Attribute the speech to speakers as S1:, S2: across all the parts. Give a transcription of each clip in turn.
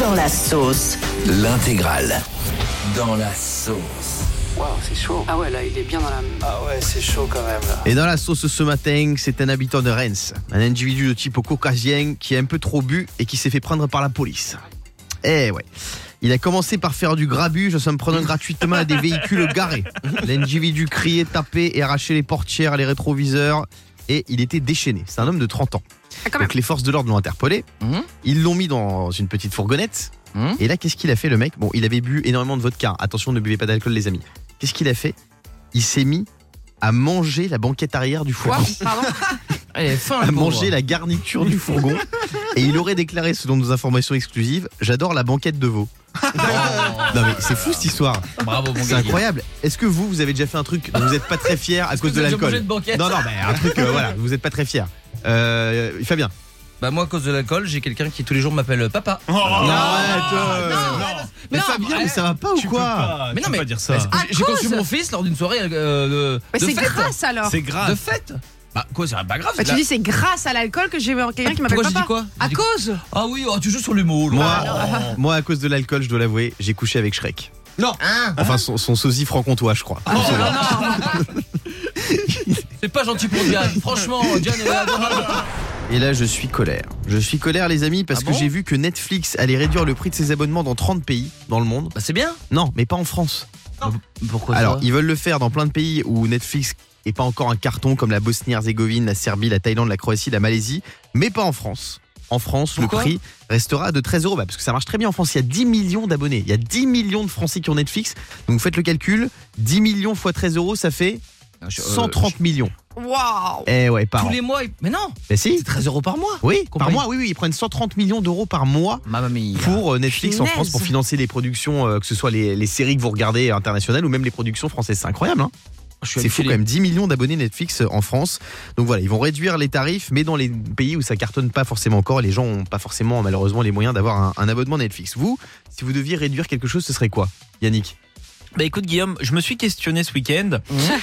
S1: Dans la sauce.
S2: L'intégrale. Dans la sauce.
S3: Waouh, c'est chaud.
S4: Ah ouais, là, il est bien dans la.
S3: Ah ouais, c'est chaud quand même. Là.
S5: Et dans la sauce ce matin, c'est un habitant de Reims, un individu de type caucasien qui a un peu trop bu et qui s'est fait prendre par la police. Eh ouais. Il a commencé par faire du grabuge en s'en prenant gratuitement à des véhicules garés. L'individu criait, tapait et arrachait les portières, les rétroviseurs et il était déchaîné. C'est un homme de 30 ans.
S4: Ah, quand même.
S5: Donc les forces de l'ordre l'ont interpellé.
S2: Mhm.
S5: Ils l'ont mis dans une petite fourgonnette.
S2: Mhm.
S5: Et là, qu'est-ce qu'il a fait, le mec Bon, il avait bu énormément de vodka. Attention, ne buvez pas d'alcool, les amis. Qu'est-ce qu'il a fait Il s'est mis à manger la banquette arrière du
S4: Quoi
S5: fourgon,
S4: Pardon
S2: Elle est fin,
S5: à
S2: le pauvre.
S5: manger la garniture du fourgon. Et il aurait déclaré, selon nos informations exclusives, j'adore la banquette de veau. Non mais c'est fou cette histoire,
S2: Bravo, mon
S5: c'est
S2: gars.
S5: incroyable. Est-ce que vous, vous avez déjà fait un truc dont vous n'êtes pas très fier à cause de l'alcool Non non, mais un truc, euh, voilà, vous n'êtes pas très fier. Euh, Fabien.
S2: Bah, moi, à cause de l'alcool, j'ai quelqu'un qui tous les jours m'appelle euh, papa.
S5: Oh,
S6: Oh.
S5: non, arrête, euh, Ah,
S2: Ah,
S5: Mais
S2: Non,
S5: Fabien,
S2: ouais.
S5: mais ça va pas ou
S7: Tu
S5: quoi
S7: peux pas,
S2: Mais
S7: tu
S2: non,
S7: peux
S2: mais-
S7: pas dire ça.
S4: À
S2: J'ai conçu
S4: cause
S2: mon fils lors d'une soirée euh, de,
S4: Mais
S2: de
S4: c'est
S2: fête.
S4: grâce alors.
S7: C'est
S2: De
S7: grave.
S2: fête Bah, quoi, c'est pas grave.
S4: Bah,
S2: là-
S4: tu dis c'est grâce à l'alcool que j'ai eu quelqu'un qui m'appelle
S2: Pourquoi
S4: papa.
S2: j'ai dit quoi
S4: À
S2: J'ai dit-
S4: cause
S2: Ah oui, oh, tu joues sur les mots, là.
S5: Moi,
S6: Bah,
S2: Oh.
S5: moi, à cause de l'alcool, je dois l'avouer, j'ai couché avec Shrek.
S2: Hein
S5: Enfin, son, son sosie franc-comtois, je crois.
S2: Oh, non. C'est pas gentil pour Diane. Franchement, Diane elle est adorable.
S5: Et là, je suis colère. Je suis colère, les amis, parce
S2: Ah
S5: que
S2: bon
S5: j'ai vu que Netflix allait réduire le prix de ses abonnements dans 30 pays dans le monde.
S2: Bah, c'est bien.
S5: Non, mais pas en France.
S2: Pourquoi
S5: Alors, ils veulent le faire dans plein de pays où Netflix est pas encore un carton, comme la Bosnie-Herzégovine, la Serbie, la Thaïlande, la Croatie, la Malaisie, mais pas en France. En France,
S2: Pourquoi
S5: le prix restera de 13 euros, Bah, parce que ça marche très bien en France. Il y a 10 millions d'abonnés, il y a 10 millions de Français qui ont Netflix. Donc, vous faites le calcul, 10 millions fois 13 euros, ça fait
S2: Euh,
S5: euh, 130 millions.
S4: Waouh
S5: Eh ouais, par
S2: Tous
S5: an.
S2: les mois. ils- Mais non,
S5: Bah si,
S2: c'est 13 euros par mois.
S5: oui, par
S2: Compagnie.
S5: mois, oui, oui, ils prennent 130 millions d'euros par mois
S2: Mamma mia.
S5: pour euh, Netflix en
S4: punaise.
S5: France pour financer les productions, euh, que ce soit les, les séries que vous regardez euh, internationales ou même les productions françaises. C'est incroyable, hein
S2: Je suis
S5: c'est fou
S2: halluciné.
S5: quand même, 10 millions d'abonnés Netflix euh, en France. Donc voilà, ils vont réduire les tarifs, mais dans les pays où ça cartonne pas forcément encore, les gens ont pas forcément malheureusement les moyens d'avoir un, un abonnement Netflix. Vous, si vous deviez réduire quelque chose, ce serait quoi Yannick
S8: Bah écoute Guillaume, je me suis questionné ce week-end.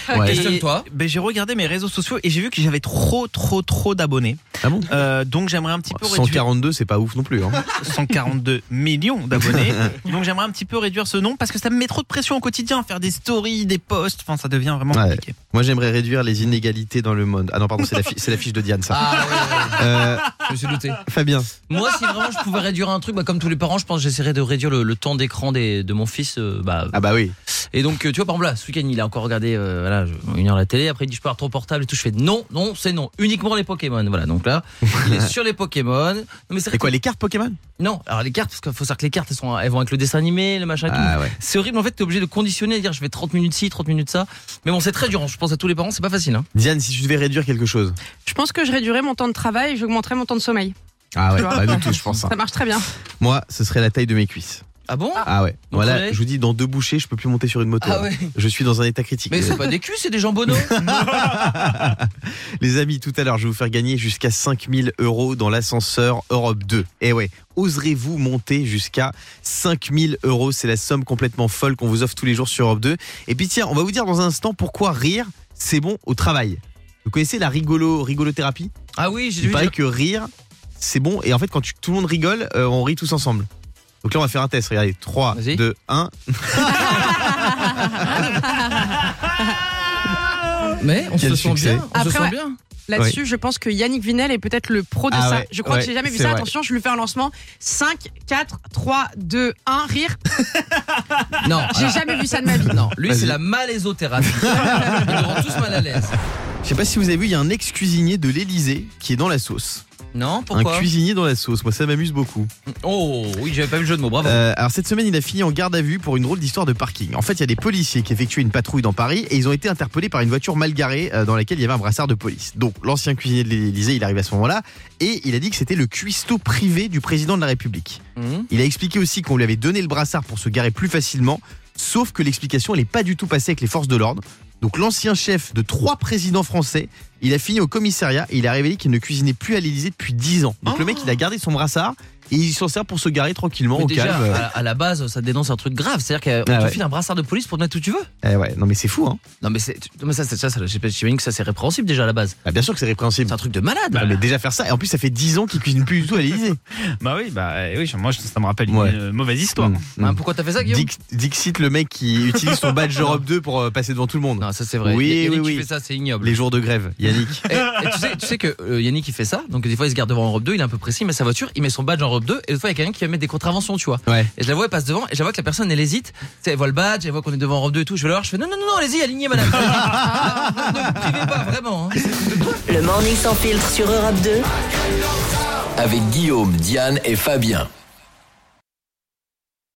S5: Ouais.
S2: Questionne-toi.
S8: Et- bah, j'ai regardé mes réseaux sociaux et j'ai vu que j'avais trop trop trop d'abonnés.
S5: Ah bon
S8: Euh, donc j'aimerais un petit peu réduire
S5: 142, c'est pas ouf non plus. hein.
S8: 142 millions d'abonnés. donc j'aimerais un petit peu réduire ce nombre parce que ça me met trop de pression au quotidien, faire des stories, des posts. Enfin ça devient vraiment
S5: Ouais.
S8: compliqué.
S5: Moi, j'aimerais réduire les inégalités dans le monde. Ah non, pardon, c'est la, fi- c'est la fiche de Diane, ça.
S2: Ah ouais, ouais, ouais,
S5: Euh,
S2: je me suis douté.
S5: Fabien,
S6: Moi, si vraiment je pouvais réduire un truc, bah, comme tous les parents, je pense que j'essaierais de réduire le, le temps d'écran des- de mon fils. euh, bah,
S5: ah bah oui.
S6: et donc, euh, tu vois, par exemple, là, ce week-end, il a encore regardé euh, voilà, je- une heure la télé. Après, il dit Je peux avoir ton portable et tout. Je fais Non, non, c'est non. Uniquement les Pokémon. Voilà, donc là, il est sur les Pokémon. Non, mais c'est
S5: Et quoi, les cartes Pokémon
S6: Non, alors les cartes, parce qu'il faut savoir que les cartes, elles, sont, elles vont avec le dessin animé, le machin. et tout.
S5: Ah ouais.
S6: C'est horrible, en fait, t'es obligé de conditionner, de dire Je vais 30 minutes ci, 30 minutes ça. Mais bon, c'est très dur. hein. Je pense à tous les parents, c'est pas facile. Hein.
S5: Diane, si tu devais réduire quelque chose.
S4: Je pense que je réduirais mon temps de travail et j'augmenterais mon temps de sommeil.
S5: Ah ouais,
S4: Tu vois
S5: pas du tout, je pense. hein.
S4: Ça marche très bien.
S5: Moi, ce serait la taille de mes cuisses.
S6: Ah bon
S5: Ah ouais.
S6: Vous
S5: Voilà,
S6: prenez
S5: je vous dis, dans deux bouchées, je peux plus monter sur une moto. hein.
S6: Ah ouais.
S5: Je suis dans un état critique.
S6: Mais
S5: Euh,
S6: c'est pas des culs, c'est des jambonneaux.
S5: Les amis, tout à l'heure, je vais vous faire gagner jusqu'à 5000 euros dans l'ascenseur Europe 2. Eh ouais, oserez-vous monter jusqu'à 5000 euros C'est la somme complètement folle qu'on vous offre tous les jours sur Europe 2. Et puis tiens, on va vous dire dans un instant pourquoi rire, c'est bon au travail. Vous connaissez la rigolo, rigolothérapie
S6: Ah oui, j'ai
S5: Il
S6: vu.
S5: paraît que rire, c'est bon. Et en fait, quand tu- tout le monde rigole, euh, on rit tous ensemble. Donc là, on va faire un test. Regardez, 3,
S6: Vas-y.
S5: 2, 1.
S6: Mais on
S5: Quel
S6: se sent
S5: succès.
S6: bien. On
S4: Après,
S6: se sent
S4: ouais.
S6: bien.
S4: Là-dessus, je pense que Yannick Vinel est peut-être le pro de
S5: Ah
S4: ça.
S5: ouais,
S4: Je crois
S5: ouais,
S4: que j'ai jamais vu
S5: c'est
S4: ça.
S5: vrai.
S4: Attention, je lui fais un lancement. 5, 4, 3, 2, 1, rire.
S6: Non,
S4: J'ai
S6: alors,
S4: jamais vu ça de ma vie.
S6: non, lui
S5: Vas-y.
S6: c'est la malaisothérapie. Ils nous rendent tous mal à l'aise.
S5: Je sais pas si vous avez vu, il y a un ex-cuisinier de l'Elysée qui est dans la sauce.
S6: Non, pourquoi
S5: un cuisinier dans la sauce. Moi, ça m'amuse beaucoup.
S6: Oh oui, j'avais pas vu le jeu de mots, bravo.
S5: Euh, alors cette semaine, il a fini en garde à vue pour une drôle d'histoire de parking. En fait, il y a des policiers qui effectuaient une patrouille dans Paris et ils ont été interpellés par une voiture mal garée euh, dans laquelle il y avait un brassard de police. Donc l'ancien cuisinier de l'Élysée, il arrive à ce moment-là et il a dit que c'était le cuistot privé du président de la République.
S6: Mhm.
S5: Il a expliqué aussi qu'on lui avait donné le brassard pour se garer plus facilement, sauf que l'explication elle n'est pas du tout passée avec les forces de l'ordre. Donc l'ancien chef de trois présidents français, il a fini au commissariat et il a révélé qu'il ne cuisinait plus à l'Élysée depuis 10 ans. Donc le mec, il a gardé son brassard Et ils s'en servent pour se garer tranquillement
S6: Oh. Mais
S5: au
S6: déjà, ah.
S5: calme.
S6: à, à la base, ça dénonce un truc grave. C'est-à-dire qu'on
S5: Ah
S6: te
S5: ouais.
S6: file un brassard de police pour te mettre où tu veux.
S5: Eh ouais, non mais c'est fou, hein.
S6: Non, mais, c'est- non, mais ça, c'est- ça, ça, j'ai pas- j'imagine que ça, c'est répréhensible déjà à la base.
S5: Bah, bien sûr que c'est répréhensible.
S6: C'est un truc de malade.
S5: Ah, mais déjà faire ça, et en plus ça fait 10 ans qu'ils cuisinent plus du tout à l'Elysée.
S8: Bah oui, bah euh, oui, moi je- ça me rappelle
S5: Ouais. Mm.
S8: une euh, mauvaise histoire.
S6: Hein, pourquoi t'as fait ça, Guillaume
S5: Dix- Dixit, le mec qui utilise son badge Europe 2 pour euh, passer devant tout le monde.
S6: Non, ça c'est vrai.
S5: Oui,
S6: Y- Yannick
S5: oui,
S6: qui
S5: oui.
S6: fait ça, c'est ignoble.
S5: Les jours de grève, Yannick.
S6: Et, et tu, sais, tu sais que euh, Yannick il fait ça, donc des fois il se garde devant en robe 2, il est un peu précis, il met sa voiture, il met son badge en robe 2, et des fois il y a quelqu'un qui va mettre des contraventions, tu vois.
S5: Ouais.
S6: Et je la vois, elle passe devant, et je la vois que la personne elle hésite, tu sais, elle voit le badge, elle voit qu'on est devant en robe 2 et tout, je vais la voir, je fais non, non, non, non, allez-y, alignez madame. ne vous privez pas, vraiment. hein.
S1: Le morning sans filtre sur Europe 2.
S7: Avec Guillaume, Diane et Fabien.